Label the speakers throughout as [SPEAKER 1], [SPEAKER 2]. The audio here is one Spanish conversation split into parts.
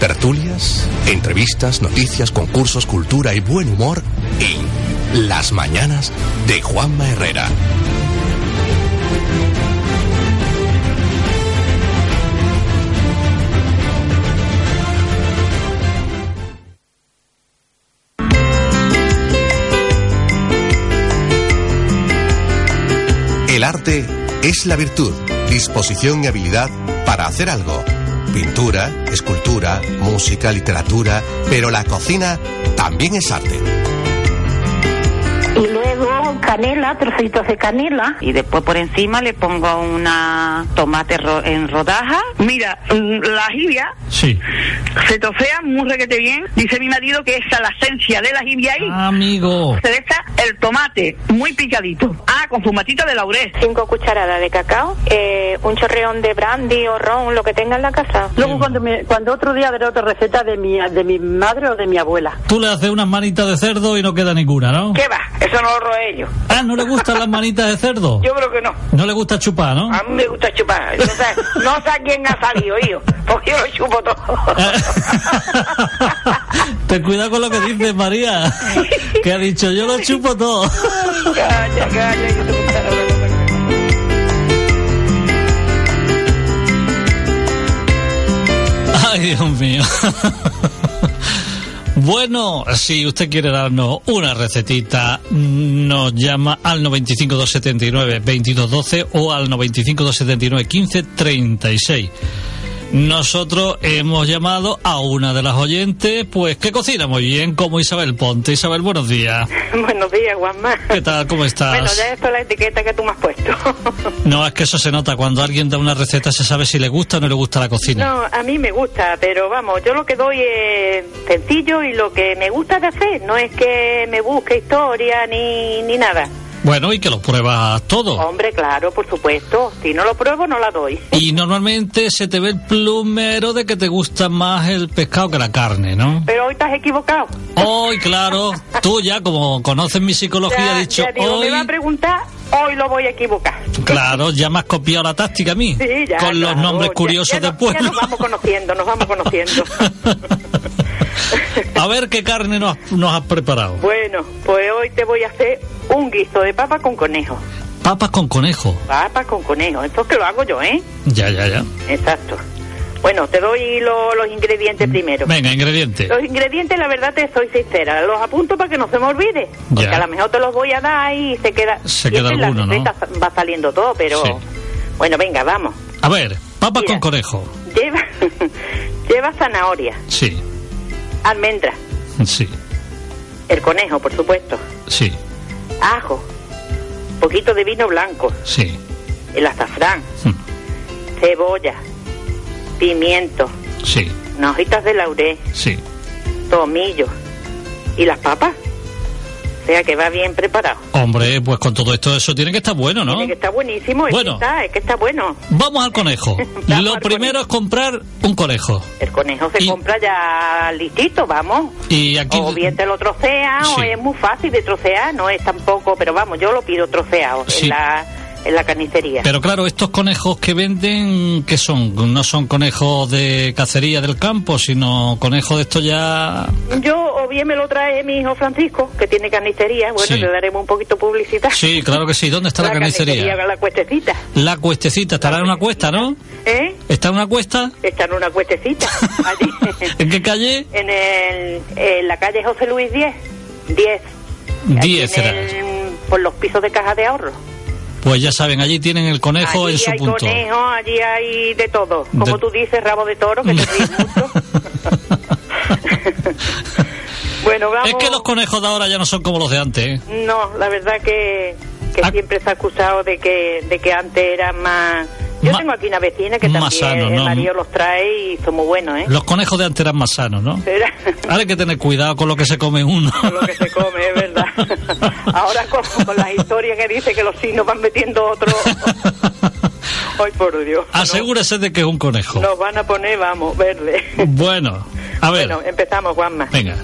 [SPEAKER 1] Tertulias, entrevistas, noticias, concursos, cultura y buen humor en Las Mañanas de Juanma Herrera. El arte es la virtud, disposición y habilidad para hacer algo. Pintura, escultura, música, literatura, pero la cocina también es arte.
[SPEAKER 2] Y luego canela, trocitos de canela.
[SPEAKER 3] Y después por encima le pongo una tomate ro- en rodaja.
[SPEAKER 4] Mira, mm, la jibia
[SPEAKER 5] Sí.
[SPEAKER 4] se tosea muy requete bien. Dice mi marido que esa es la esencia de la jibia ahí.
[SPEAKER 5] Amigo.
[SPEAKER 4] Se le echa el tomate muy picadito. Ah, con su matita de laurel.
[SPEAKER 6] 5 cucharadas de cacao, eh, un chorreón de brandy o ron, lo que tenga en la casa.
[SPEAKER 7] Luego cuando, me- cuando otro día veré otra receta de mi, de mi madre o de mi abuela.
[SPEAKER 5] Tú le haces unas manitas de cerdo y no queda ninguna, ¿no?
[SPEAKER 8] ¿Qué va? Eso no lo roe yo.
[SPEAKER 5] Ah, ¿no le gustan las manitas de cerdo?
[SPEAKER 8] Yo Ah. creo que no.
[SPEAKER 5] No le gusta chupar, ¿no?
[SPEAKER 8] A mí me gusta chupar. No sé, no sé a quién ha salido, yo. Porque yo lo chupo todo.
[SPEAKER 5] Ten cuidado con lo que dices, María. Que ha dicho, yo lo chupo todo.
[SPEAKER 8] calla, calla, que te gusta la broma.
[SPEAKER 5] Ay, Dios mío. Bueno, si usted quiere darnos una recetita, nos llama al 95279-2212 o al 95279-1536. Nosotros hemos llamado a una de las oyentes, pues que cocina muy bien, como Isabel Ponte. Isabel, buenos días.
[SPEAKER 6] Buenos días, Juanma.
[SPEAKER 5] ¿Qué tal? ¿Cómo estás?
[SPEAKER 6] Bueno, ya esto es la etiqueta que tú me has puesto.
[SPEAKER 5] No, es que eso se nota. Cuando alguien da una receta se sabe si le gusta o no le gusta la cocina.
[SPEAKER 6] no, a mí me gusta, pero vamos, yo lo que doy es sencillo y lo que me gusta de hacer. No es que me busque historia ni, ni nada.
[SPEAKER 5] Bueno, y que lo pruebas todo.
[SPEAKER 6] Hombre, claro, por supuesto. Si no lo pruebo, no la doy.
[SPEAKER 5] Y normalmente se te ve el plumero de que te gusta más el pescado que la carne, ¿no?
[SPEAKER 6] Pero hoy estás equivocado.
[SPEAKER 5] Hoy, claro, tú ya como conoces mi psicología,
[SPEAKER 6] Ya,
[SPEAKER 5] has dicho
[SPEAKER 6] ya digo,
[SPEAKER 5] hoy,
[SPEAKER 6] me va a preguntar, hoy lo voy a equivocar.
[SPEAKER 5] claro, ya me has copiado la táctica a mí,
[SPEAKER 6] Sí, ya,
[SPEAKER 5] con los
[SPEAKER 6] claro,
[SPEAKER 5] nombres
[SPEAKER 6] ya-
[SPEAKER 5] curiosos
[SPEAKER 6] ya
[SPEAKER 5] de
[SPEAKER 6] nos- ya
[SPEAKER 5] pueblo.
[SPEAKER 6] nos vamos conociendo, nos vamos conociendo.
[SPEAKER 5] a ver qué carne nos, nos has preparado.
[SPEAKER 6] bueno, pues hoy te voy a hacer un guiso de papa con conejo.
[SPEAKER 5] Papas con conejo.
[SPEAKER 6] Papa con conejo, esto que lo hago yo, ¿eh?
[SPEAKER 5] Ya, ya, ya.
[SPEAKER 6] Exacto. Bueno, te doy lo- los ingredientes primero.
[SPEAKER 5] Mm, Venga, ingrediente.
[SPEAKER 6] Los ingredientes, la verdad, te soy sincera. Los apunto para que no se me olvide. Porque
[SPEAKER 5] Ya.
[SPEAKER 6] a lo mejor te los voy a dar y se queda.
[SPEAKER 5] Se
[SPEAKER 6] siempre
[SPEAKER 5] queda
[SPEAKER 6] en la
[SPEAKER 5] alguno, ¿no?
[SPEAKER 6] receta Va saliendo todo, pero.
[SPEAKER 5] Sí.
[SPEAKER 6] Bueno, venga, vamos.
[SPEAKER 5] A ver, papas
[SPEAKER 6] Mira.
[SPEAKER 5] con conejo.
[SPEAKER 6] Lleva, lleva zanahoria,
[SPEAKER 5] Sí,
[SPEAKER 6] almendra,
[SPEAKER 5] sí,
[SPEAKER 6] el conejo, por supuesto,
[SPEAKER 5] sí,
[SPEAKER 6] ajo, poquito de vino blanco,
[SPEAKER 5] sí.
[SPEAKER 6] el azafrán,
[SPEAKER 5] Mm,
[SPEAKER 6] cebolla, pimiento,
[SPEAKER 5] Sí,
[SPEAKER 6] unas hojitas de laurel,
[SPEAKER 5] sí.
[SPEAKER 6] tomillo y las papas. O sea que va bien preparado.
[SPEAKER 5] Hombre, pues con todo esto eso tiene que estar bueno, ¿no?
[SPEAKER 6] Tiene que está buenísimo, es,
[SPEAKER 5] Bueno.
[SPEAKER 6] que está, es que está bueno.
[SPEAKER 5] Vamos al conejo.
[SPEAKER 6] Vamos
[SPEAKER 5] Lo
[SPEAKER 6] al
[SPEAKER 5] primero
[SPEAKER 6] conejo.
[SPEAKER 5] es comprar un conejo.
[SPEAKER 6] El conejo se
[SPEAKER 5] Y-
[SPEAKER 6] compra ya listito, vamos.
[SPEAKER 5] Y aquí
[SPEAKER 6] O bien te lo trocean, o
[SPEAKER 5] Sí.
[SPEAKER 6] es muy fácil de trocear, no es tampoco, pero vamos, yo lo pido troceado
[SPEAKER 5] Sí.
[SPEAKER 6] en, la, en la carnicería.
[SPEAKER 5] Pero claro, estos conejos que venden, ¿qué son? No son conejos de cacería del campo, sino conejos de estos ya...
[SPEAKER 6] Yo, o bien me lo trae mi hijo Francisco, que tiene carnicería, bueno,
[SPEAKER 5] Sí.
[SPEAKER 6] le daremos un poquito de publicidad.
[SPEAKER 5] Sí, claro que sí. ¿Dónde está la, carnicería?
[SPEAKER 6] La cuestecita,
[SPEAKER 5] La cuestecita. Estará en una cuesta, ¿no?
[SPEAKER 6] ¿eh?
[SPEAKER 5] ¿Está en una cuesta?
[SPEAKER 6] Está en una cuestecita, allí.
[SPEAKER 5] ¿En qué calle?
[SPEAKER 6] en, el, en la calle José Luis 10, 10. Allí
[SPEAKER 5] 10
[SPEAKER 6] en
[SPEAKER 5] será.
[SPEAKER 6] el- Por los pisos de caja de ahorro.
[SPEAKER 5] Pues ya saben, allí tienen el conejo
[SPEAKER 6] allí
[SPEAKER 5] en su
[SPEAKER 6] hay
[SPEAKER 5] punto.
[SPEAKER 6] conejos, allí hay de todo.
[SPEAKER 5] De-
[SPEAKER 6] Como tú dices, rabo de toro, que te ríes mucho. Pero vamos,
[SPEAKER 5] Es que los conejos de ahora ya no son como los de antes. ¿eh?
[SPEAKER 6] no, la verdad que, que
[SPEAKER 5] Ah.
[SPEAKER 6] siempre se ha acusado de que, de que antes era más... Yo
[SPEAKER 5] Ma-
[SPEAKER 6] tengo aquí una vecina que también
[SPEAKER 5] más sano,
[SPEAKER 6] el
[SPEAKER 5] ¿no?
[SPEAKER 6] marido los trae y son muy buenos, ¿eh?
[SPEAKER 5] Los conejos de antes eran más sanos, ¿no?
[SPEAKER 6] Pero-
[SPEAKER 5] Ahora hay que tener cuidado con lo que se come uno.
[SPEAKER 6] con lo que se come, es verdad. Ahora con, con las historias que dice que los signos van metiendo otro... Ay, por Dios. no-
[SPEAKER 5] Asegúrese de que es un conejo.
[SPEAKER 6] Nos van a poner, vamos, verde.
[SPEAKER 5] Bueno, a ver,
[SPEAKER 6] Bueno, empezamos, Juanma.
[SPEAKER 5] venga.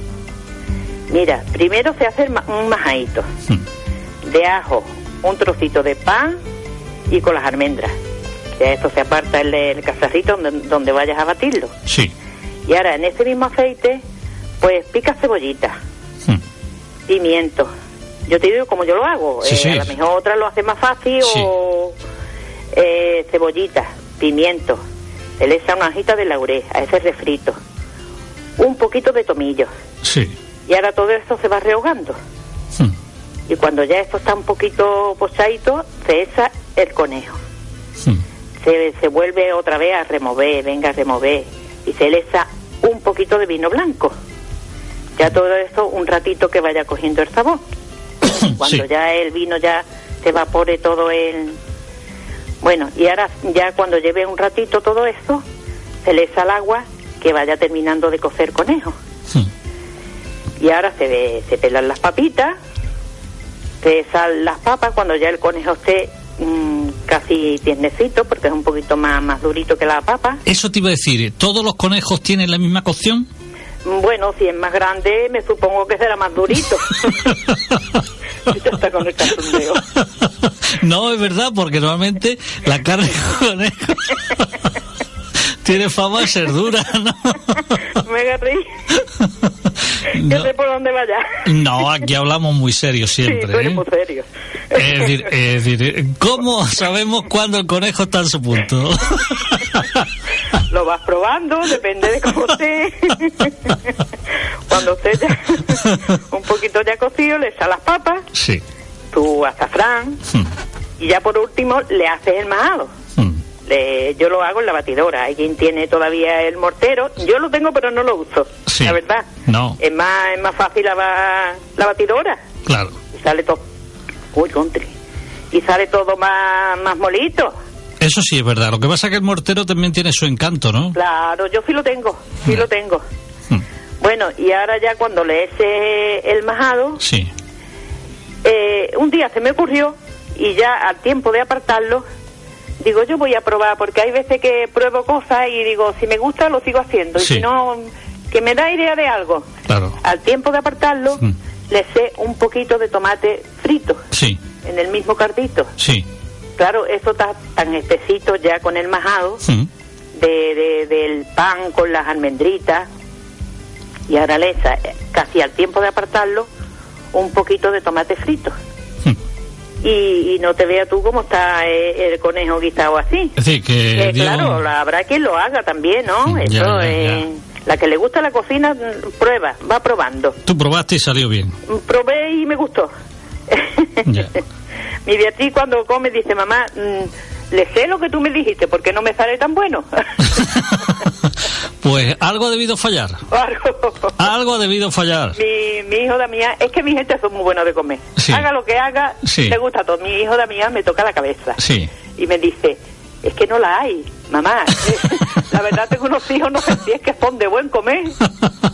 [SPEAKER 6] Mira, primero se hace el ma- un majadito
[SPEAKER 5] Hmm.
[SPEAKER 6] de ajo, un trocito de pan y con las almendras. Ya esto se aparta el, el cazarrito donde, donde vayas a batirlo.
[SPEAKER 5] Sí.
[SPEAKER 6] Y ahora en ese mismo aceite, pues pica cebollita,
[SPEAKER 5] Hmm.
[SPEAKER 6] pimiento. Yo te digo como yo lo hago.
[SPEAKER 5] Sí,
[SPEAKER 6] eh,
[SPEAKER 5] sí.
[SPEAKER 6] A lo mejor otra lo hace más fácil
[SPEAKER 5] Sí.
[SPEAKER 6] o eh, cebollita, pimiento. Se le echa una hojita de laurel a ese refrito. Un poquito de tomillo.
[SPEAKER 5] Sí.
[SPEAKER 6] Y ahora todo esto se va rehogando.
[SPEAKER 5] Hmm.
[SPEAKER 6] Y cuando ya esto está un poquito posadito, se echa el conejo.
[SPEAKER 5] Hmm.
[SPEAKER 6] Se, se vuelve otra vez a remover, venga a remover. Y se le echa un poquito de vino blanco. Ya todo esto un ratito que vaya cogiendo el sabor. Cuando
[SPEAKER 5] Sí.
[SPEAKER 6] ya el vino ya se evapore todo el... Bueno, y ahora ya cuando lleve un ratito todo esto, se le echa el agua que vaya terminando de cocer conejo.
[SPEAKER 5] Hmm.
[SPEAKER 6] Y ahora se, ve- se pelan las papitas, se salen las papas cuando ya el conejo esté mm, casi tiernecito, porque es un poquito más, más durito que la papa.
[SPEAKER 5] Eso te iba a decir, ¿eh? ¿todos los conejos tienen la misma cocción?
[SPEAKER 6] Bueno, si es más grande, me supongo que será más durito. Ya está con el cachondeo.
[SPEAKER 5] No, es verdad, porque normalmente la carne de conejo tiene fama de ser dura, ¿no?
[SPEAKER 6] Me agarré, yo
[SPEAKER 5] No,
[SPEAKER 6] sé por dónde vaya.
[SPEAKER 5] no, aquí hablamos muy serio
[SPEAKER 6] Sí,
[SPEAKER 5] siempre.
[SPEAKER 6] tú eres
[SPEAKER 5] ¿eh?
[SPEAKER 6] muy serio.
[SPEAKER 5] Es decir, es decir, ¿cómo sabemos cuándo el conejo está en su punto?
[SPEAKER 6] Lo vas probando, depende de cómo esté. Cuando esté ya un poquito ya cocido, le echas las papas,
[SPEAKER 5] Sí.
[SPEAKER 6] tu azafrán,
[SPEAKER 5] Hmm,
[SPEAKER 6] Y ya por último le haces el majado.
[SPEAKER 5] hmm.
[SPEAKER 6] Le- yo lo hago en la batidora. Hay quien tiene todavía el mortero. Yo lo tengo pero no lo uso.
[SPEAKER 5] Sí.
[SPEAKER 6] La verdad.
[SPEAKER 5] No.
[SPEAKER 6] Es más, es más fácil la, ba- la batidora.
[SPEAKER 5] Claro.
[SPEAKER 6] Y sale todo... Uy, country. Y sale todo más, más molito.
[SPEAKER 5] Eso sí es verdad. Lo que pasa es que el mortero también tiene su encanto, ¿no?
[SPEAKER 6] Claro, yo sí lo tengo. Sí lo tengo.
[SPEAKER 5] Hmm,
[SPEAKER 6] Bueno, y ahora ya cuando le eches el majado,
[SPEAKER 5] Sí.
[SPEAKER 6] Eh, un día se me ocurrió y ya al tiempo de apartarlo, digo, yo voy a probar, porque hay veces que pruebo cosas y digo, si me gusta lo sigo haciendo,
[SPEAKER 5] Sí.
[SPEAKER 6] y si no, que me da idea de algo.
[SPEAKER 5] Claro. Mm.
[SPEAKER 6] Al tiempo de apartarlo,
[SPEAKER 5] Sí.
[SPEAKER 6] le eché un poquito de tomate frito
[SPEAKER 5] Sí.
[SPEAKER 6] en el mismo cardito.
[SPEAKER 5] Sí.
[SPEAKER 6] Claro, eso está tan espesito ya con el majado
[SPEAKER 5] Hmm,
[SPEAKER 6] de, de- del pan con las almendritas y ahora le echa, eh, casi al tiempo de apartarlo, un poquito de tomate frito.
[SPEAKER 5] hmm.
[SPEAKER 6] Y, y no te vea tú cómo está eh, el conejo guisado así.
[SPEAKER 5] Es decir, que...
[SPEAKER 6] Que
[SPEAKER 5] dio-
[SPEAKER 6] claro, la- habrá quien lo haga también, ¿no?
[SPEAKER 5] Ya,
[SPEAKER 6] Eso
[SPEAKER 5] ya, ya.
[SPEAKER 6] eh, La que le gusta la cocina mm, prueba, va probando.
[SPEAKER 5] Tú probaste y salió bien.
[SPEAKER 6] Mm, Probé y me gustó.
[SPEAKER 5] Ya.
[SPEAKER 6] Mi Beatriz cuando come dice, mamá, mm, le sé lo que tú me dijiste, porque no me sale tan bueno?
[SPEAKER 5] pues algo ha debido fallar.
[SPEAKER 6] O algo.
[SPEAKER 5] Algo ha debido fallar.
[SPEAKER 6] Mi, mi hijo Damián, es que mi gente son muy buenos de comer.
[SPEAKER 5] Sí.
[SPEAKER 6] Haga lo que haga,
[SPEAKER 5] Sí.
[SPEAKER 6] le gusta todo. Mi hijo Damián me toca la cabeza
[SPEAKER 5] Sí.
[SPEAKER 6] y me dice, es que no la hay, mamá. la verdad tengo unos hijos, no sé si es que son de buen comer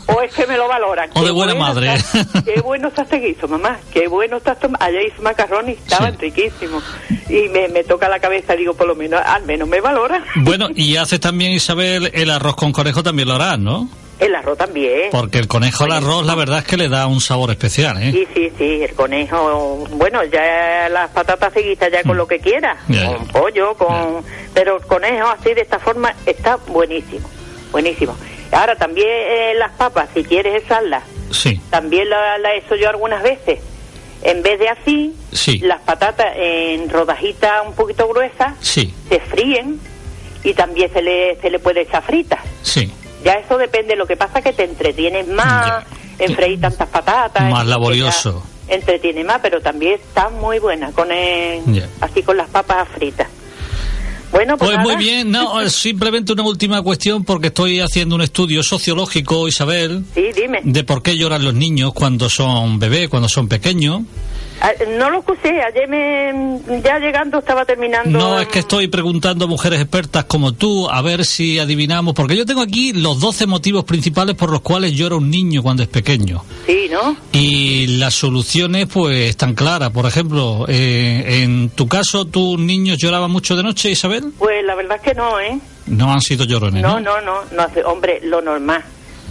[SPEAKER 6] o es que me lo valoran.
[SPEAKER 5] O de
[SPEAKER 6] Qué
[SPEAKER 5] buena
[SPEAKER 6] bueno
[SPEAKER 5] madre.
[SPEAKER 6] está- qué bueno está este guiso, mamá. Qué bueno está esto. Ayer hice macarrones, estaban
[SPEAKER 5] Sí.
[SPEAKER 6] riquísimos. Y me, me toca la cabeza, digo, por lo menos, al menos me valoran.
[SPEAKER 5] Bueno, y haces también, Isabel, el arroz con conejo también lo harás, ¿no?
[SPEAKER 6] El arroz también.
[SPEAKER 5] Porque el conejo al arroz, la verdad es que le da un sabor especial, ¿eh?
[SPEAKER 6] Sí, sí, sí, el conejo, bueno, ya las patatas se guisa ya con lo que quiera,
[SPEAKER 5] Mm. Ya, ya.
[SPEAKER 6] con pollo, con... Pero el conejo así, de esta forma, está buenísimo, buenísimo. Ahora, también eh, las papas, si quieres echarlas,
[SPEAKER 5] Sí.
[SPEAKER 6] también la, la he hecho yo algunas veces. En vez de así,
[SPEAKER 5] Sí.
[SPEAKER 6] las patatas en rodajitas un poquito gruesas,
[SPEAKER 5] Sí.
[SPEAKER 6] se fríen y también se le, se le puede echar fritas.
[SPEAKER 5] Sí.
[SPEAKER 6] Ya eso depende, lo que pasa es que te entretienes más
[SPEAKER 5] Ya.
[SPEAKER 6] en freír tantas patatas.
[SPEAKER 5] Más
[SPEAKER 6] en-
[SPEAKER 5] laborioso.
[SPEAKER 6] ya Entretiene más, pero también está muy buena, con el-
[SPEAKER 5] Ya.
[SPEAKER 6] así con las papas fritas. Bueno, pues,
[SPEAKER 5] Pues
[SPEAKER 6] nada.
[SPEAKER 5] muy bien, no, eh, simplemente una última cuestión porque estoy haciendo un estudio sociológico, Isabel,
[SPEAKER 6] Sí, dime.
[SPEAKER 5] de por qué lloran los niños cuando son bebés, cuando son pequeños.
[SPEAKER 6] Ah, No lo escuché, ayer me, ya llegando estaba terminando.
[SPEAKER 5] No, es que estoy preguntando a mujeres expertas como tú a ver si adivinamos, porque yo tengo aquí los 12 motivos principales por los cuales llora un niño cuando es pequeño.
[SPEAKER 6] Sí, ¿no?
[SPEAKER 5] Y las soluciones pues están claras. Por ejemplo, eh, en tu caso, ¿tus niños lloraban mucho de noche, Isabel?
[SPEAKER 6] Pues la verdad es que no, ¿eh?
[SPEAKER 5] No han sido llorones.
[SPEAKER 6] No, no, no, no hace, hombre, lo normal.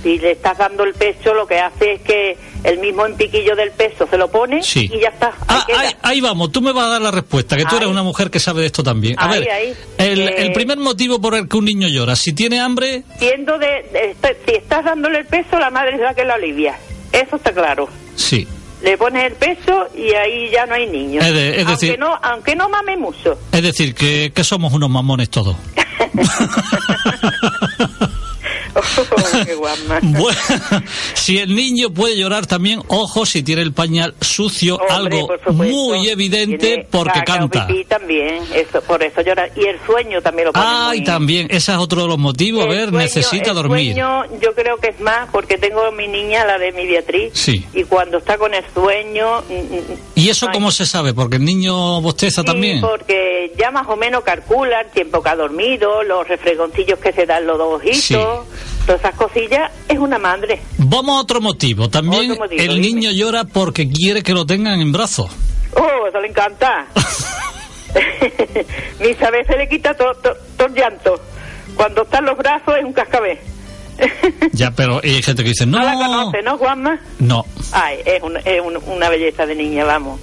[SPEAKER 6] Si le estás dando el pecho, lo que hace es que el mismo empiquillo del peso se lo pone
[SPEAKER 5] Sí.
[SPEAKER 6] y ya está. ahí
[SPEAKER 5] Ah,
[SPEAKER 6] queda.
[SPEAKER 5] ahí, ahí vamos, tú me vas a dar la respuesta, que tú eres
[SPEAKER 6] Ahí.
[SPEAKER 5] una mujer que sabe de esto también. A
[SPEAKER 6] Ahí,
[SPEAKER 5] ver,
[SPEAKER 6] ahí.
[SPEAKER 5] el,
[SPEAKER 6] Eh.
[SPEAKER 5] el primer motivo por el que un niño llora, si tiene hambre,
[SPEAKER 6] Siendo de, de- este- si estás dándole el peso, la madre es la que lo alivia. Eso está claro.
[SPEAKER 5] sí.
[SPEAKER 6] Le pones el peso y ahí ya no hay niño.
[SPEAKER 5] Es de- es
[SPEAKER 6] aunque
[SPEAKER 5] decir-
[SPEAKER 6] no, aunque no mame mucho.
[SPEAKER 5] Es decir, que, que somos unos mamones todos.
[SPEAKER 6] Oh, qué guapa.
[SPEAKER 5] Bueno, si el niño puede llorar también, ojo, si tiene el pañal sucio,
[SPEAKER 6] Hombre, por
[SPEAKER 5] algo
[SPEAKER 6] supuesto.
[SPEAKER 5] muy evidente
[SPEAKER 6] Tiene
[SPEAKER 5] porque
[SPEAKER 6] caca o
[SPEAKER 5] canta.
[SPEAKER 6] pipí también, eso, por eso llora. Y el sueño también lo pone
[SPEAKER 5] Ah, y
[SPEAKER 6] muy-
[SPEAKER 5] también, ese es otro de los motivos, a
[SPEAKER 6] El
[SPEAKER 5] ver,
[SPEAKER 6] sueño-
[SPEAKER 5] necesita
[SPEAKER 6] el
[SPEAKER 5] dormir.
[SPEAKER 6] sueño yo creo que es más porque tengo a mi niña, la de mi Beatriz,
[SPEAKER 5] Sí.
[SPEAKER 6] y cuando está con el sueño... mm, mm,
[SPEAKER 5] ¿Y eso
[SPEAKER 6] ay,
[SPEAKER 5] cómo se sabe? Porque el niño bosteza
[SPEAKER 6] sí,
[SPEAKER 5] también.
[SPEAKER 6] porque ya más o menos calcula el tiempo que ha dormido, los refregoncillos que se dan los dos ojitos,
[SPEAKER 5] Sí.
[SPEAKER 6] todas esas cosillas, es una madre.
[SPEAKER 5] Vamos a otro motivo. También
[SPEAKER 6] Otro motivo,
[SPEAKER 5] el
[SPEAKER 6] dime.
[SPEAKER 5] niño llora porque quiere que lo tengan en brazos.
[SPEAKER 6] ¡Oh, eso le encanta! mi Isabel se le quita todo el llanto. Cuando están los brazos es un cascabel.
[SPEAKER 5] Ya, pero hay gente que dice,
[SPEAKER 6] no
[SPEAKER 5] no,
[SPEAKER 6] la conoce, ¿no, Juanma?
[SPEAKER 5] no,
[SPEAKER 6] Ay, es, un- es un- una belleza de niña, vamos.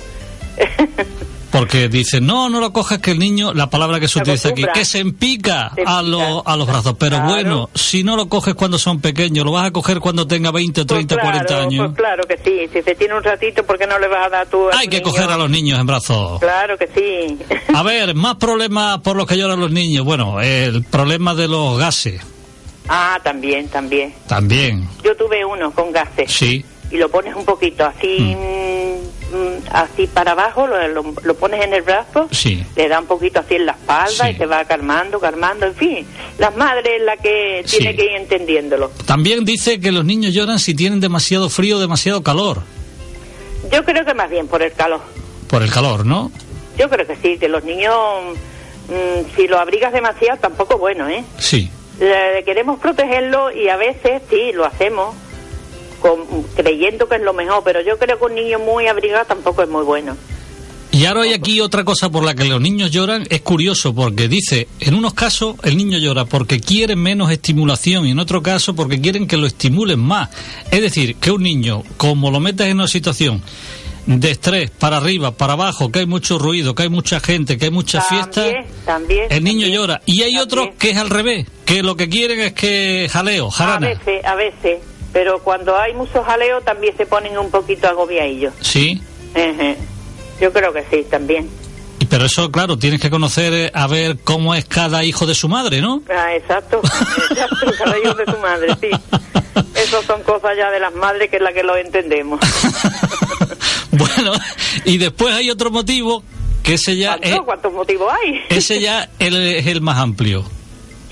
[SPEAKER 5] porque dice, no, no lo cojas que el niño, la palabra que se
[SPEAKER 6] Se
[SPEAKER 5] utiliza aquí,
[SPEAKER 6] acostumbra.
[SPEAKER 5] que se empica
[SPEAKER 6] Se
[SPEAKER 5] a, lo-
[SPEAKER 6] empica.
[SPEAKER 5] a los brazos. Pero
[SPEAKER 6] Claro.
[SPEAKER 5] bueno, si no lo coges cuando son pequeños, lo vas a coger cuando tenga 20, 30,
[SPEAKER 6] Pues claro,
[SPEAKER 5] 40 años.
[SPEAKER 6] Pues claro que sí. Si se tiene un ratito, ¿por qué no le vas a dar tú a
[SPEAKER 5] Hay
[SPEAKER 6] tu
[SPEAKER 5] que
[SPEAKER 6] niño?
[SPEAKER 5] coger a los niños en brazos.
[SPEAKER 6] Claro que sí.
[SPEAKER 5] A ver, más problemas por los que lloran los niños. Bueno, el problema de los gases,
[SPEAKER 6] ah, también, también.
[SPEAKER 5] también,
[SPEAKER 6] Yo tuve uno con gases.
[SPEAKER 5] sí.
[SPEAKER 6] Y lo pones un poquito así, mm, así para abajo, lo, lo- lo pones en el brazo.
[SPEAKER 5] Sí.
[SPEAKER 6] Le da un poquito así en la espalda
[SPEAKER 5] Sí.
[SPEAKER 6] y se va calmando, calmando. En fin, las madres es la que
[SPEAKER 5] Sí.
[SPEAKER 6] tiene que ir entendiéndolo.
[SPEAKER 5] También dice que los niños lloran si tienen demasiado frío, demasiado calor.
[SPEAKER 6] Yo creo que más bien por el calor.
[SPEAKER 5] Por el calor, ¿no?
[SPEAKER 6] Yo creo que sí, que los niños, mm, si los abrigas demasiado, tampoco es bueno, ¿eh?
[SPEAKER 5] Sí.
[SPEAKER 6] Eh, queremos protegerlo y a veces sí, lo hacemos, con- creyendo que es lo mejor, pero yo creo que un niño muy abrigado tampoco es muy bueno.
[SPEAKER 5] Y ahora hay aquí otra cosa por la que los niños lloran. Es curioso porque dice, en unos casos el niño llora porque quiere menos estimulación y en otro caso porque quieren que lo estimulen más. Es decir, que un niño, como lo metas en una situación de estrés, para arriba, para abajo, que hay mucho ruido, que hay mucha gente, que hay muchas
[SPEAKER 6] También,
[SPEAKER 5] fiestas,
[SPEAKER 6] también,
[SPEAKER 5] el niño
[SPEAKER 6] también,
[SPEAKER 5] llora. Y hay
[SPEAKER 6] también.
[SPEAKER 5] otros que es al revés, que lo que quieren es que jaleo,
[SPEAKER 6] A
[SPEAKER 5] jarana.
[SPEAKER 6] veces, a veces, pero cuando hay mucho jaleo también se ponen un poquito agobiadillos.
[SPEAKER 5] Sí.
[SPEAKER 6] Ejé. Yo creo que sí, también.
[SPEAKER 5] Y Pero eso, claro, tienes que conocer eh, a ver cómo es cada hijo de su madre, ¿no?
[SPEAKER 6] Ah, exacto, exacto, el jaleo de su madre, sí. Esas son cosas ya de las madres que es la que lo entendemos.
[SPEAKER 5] bueno, y después hay otro motivo que ese ya eh, es,
[SPEAKER 6] ¿Cuánto- ¿Cuántos motivos hay?
[SPEAKER 5] ese ya el- es el más amplio.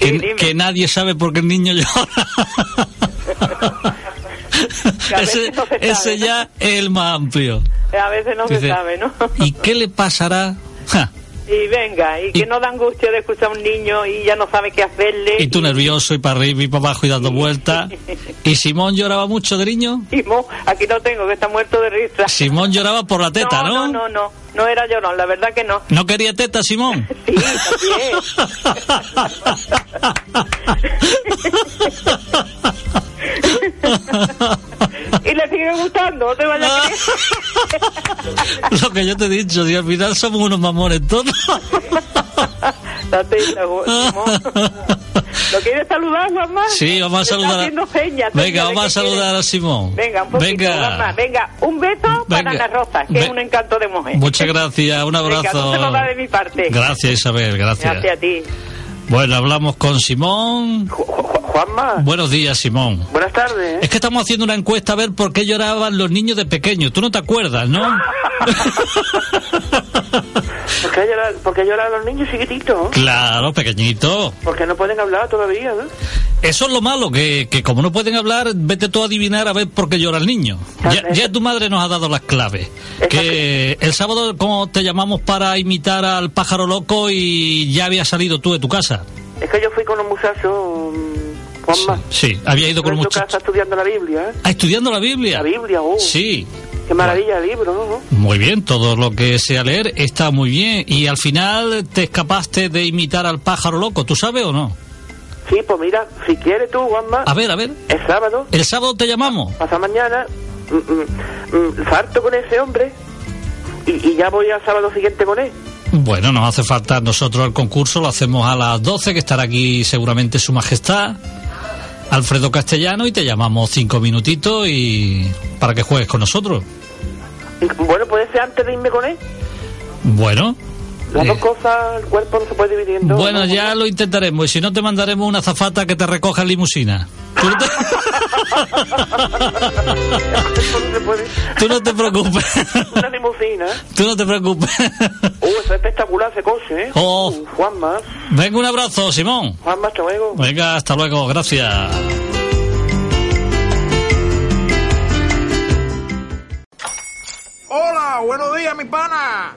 [SPEAKER 6] Sí,
[SPEAKER 5] Que,
[SPEAKER 6] dime.
[SPEAKER 5] que nadie sabe por qué el niño llora.
[SPEAKER 6] Que a veces
[SPEAKER 5] ese,
[SPEAKER 6] no se sabe,
[SPEAKER 5] ese
[SPEAKER 6] ¿no?
[SPEAKER 5] ya es el más amplio.
[SPEAKER 6] A veces no se
[SPEAKER 5] Dice,
[SPEAKER 6] sabe, ¿no?
[SPEAKER 5] ¿Y qué le pasará? Ja,
[SPEAKER 6] Y venga, y, que no da angustia de escuchar a un niño y ya no sabe qué hacerle.
[SPEAKER 5] y tú nervioso y para arriba y para abajo y dando vueltas. ¿Y Simón lloraba mucho de niño?
[SPEAKER 6] Y mo, aquí no tengo, que está muerto de risa.
[SPEAKER 5] Simón lloraba por la teta,
[SPEAKER 6] No,
[SPEAKER 5] ¿no?
[SPEAKER 6] no, no, no, no era llorón, la verdad que no.
[SPEAKER 5] ¿No quería teta, Simón?
[SPEAKER 6] Sí, también. y le sigue gustando, no te vayas a creer.
[SPEAKER 5] Ah. Lo que yo te he dicho, si al final somos unos mamones todos.
[SPEAKER 6] La teta, Mo. ¿Lo quieres saludar, Juanma?
[SPEAKER 5] Sí, vamos a
[SPEAKER 6] Te está
[SPEAKER 5] saludar.
[SPEAKER 6] haciendo señas,
[SPEAKER 5] Venga,
[SPEAKER 6] señas de
[SPEAKER 5] vamos a
[SPEAKER 6] que quiere.
[SPEAKER 5] saludar a Simón.
[SPEAKER 6] Venga, un poquito, Juanma.
[SPEAKER 5] Venga.
[SPEAKER 6] Venga, un beso
[SPEAKER 5] Venga.
[SPEAKER 6] para Ana Rosa, que
[SPEAKER 5] Ve-
[SPEAKER 6] es un encanto de mujer.
[SPEAKER 5] Muchas gracias, un
[SPEAKER 6] Venga,
[SPEAKER 5] abrazo.
[SPEAKER 6] tú te lo das de mi parte.
[SPEAKER 5] Gracias, Isabel, gracias.
[SPEAKER 6] Gracias a ti.
[SPEAKER 5] Bueno, hablamos con Simón.
[SPEAKER 8] Ju- Ju- Juanma,
[SPEAKER 5] Buenos días, Simón.
[SPEAKER 8] buenas tardes.
[SPEAKER 6] ¿eh?
[SPEAKER 5] Es que estamos haciendo una encuesta a ver por qué lloraban los niños de pequeños. Tú no te acuerdas, ¿no?
[SPEAKER 6] ¿Por qué lloran, por qué lloran los niños chiquititos?
[SPEAKER 5] Claro, pequeñito.
[SPEAKER 6] Porque no pueden hablar todavía, ¿eh? ¿no?
[SPEAKER 5] Eso es lo malo, que, que como no pueden hablar, vete tú a adivinar a ver por qué llora el niño. Ya, ya tu madre nos ha dado las claves. Que el sábado, como te llamamos para imitar al pájaro loco y ya había salido tú de tu casa.
[SPEAKER 6] Es que yo fui con un muchacho, mm, Juanma.
[SPEAKER 5] Sí, había ido con
[SPEAKER 6] en
[SPEAKER 5] un
[SPEAKER 6] su
[SPEAKER 5] muchacho.
[SPEAKER 6] casa estudiando la Biblia, ¿eh?
[SPEAKER 5] Ah, estudiando la Biblia.
[SPEAKER 6] La Biblia, oh.
[SPEAKER 5] Sí.
[SPEAKER 6] Qué maravilla el libro, ¿no?
[SPEAKER 5] Muy bien, todo lo que sea leer está muy bien. Y al final te escapaste de imitar al pájaro loco, ¿tú sabes o no?
[SPEAKER 6] Sí, pues mira, si quieres tú, Juanma.
[SPEAKER 5] A ver, a ver.
[SPEAKER 6] Es sábado,
[SPEAKER 5] El sábado te llamamos.
[SPEAKER 6] pasa mañana, mm, mm, mm, salto con ese hombre y, y ya voy al sábado siguiente con él.
[SPEAKER 5] Bueno, nos hace falta nosotros el concurso, lo hacemos a las 12, que estará aquí seguramente Su Majestad, Alfredo Castellano, y te llamamos cinco minutitos y para que juegues con nosotros.
[SPEAKER 6] Y, Bueno, puede ser antes de irme con él.
[SPEAKER 5] Bueno.
[SPEAKER 6] Las
[SPEAKER 5] eh,
[SPEAKER 6] dos cosas, el cuerpo no se puede dividir en dos. ¿no?
[SPEAKER 5] Bueno, ya lo intentaremos. Y si no, te mandaremos una zafata que te recoja en limusina. Tú no te,
[SPEAKER 6] Eso no se puede.
[SPEAKER 5] tú no te preocupes.
[SPEAKER 6] Una limusina. ¿eh?
[SPEAKER 5] Tú no te preocupes.
[SPEAKER 6] Uh, eso es espectacular ese coche, ¿eh?
[SPEAKER 5] Oh.
[SPEAKER 6] Uh, Juanma,
[SPEAKER 5] Venga, un abrazo, Simón.
[SPEAKER 6] Juanma, hasta luego.
[SPEAKER 5] Venga, hasta luego. Gracias.
[SPEAKER 9] Hola, buenos días, mi pana.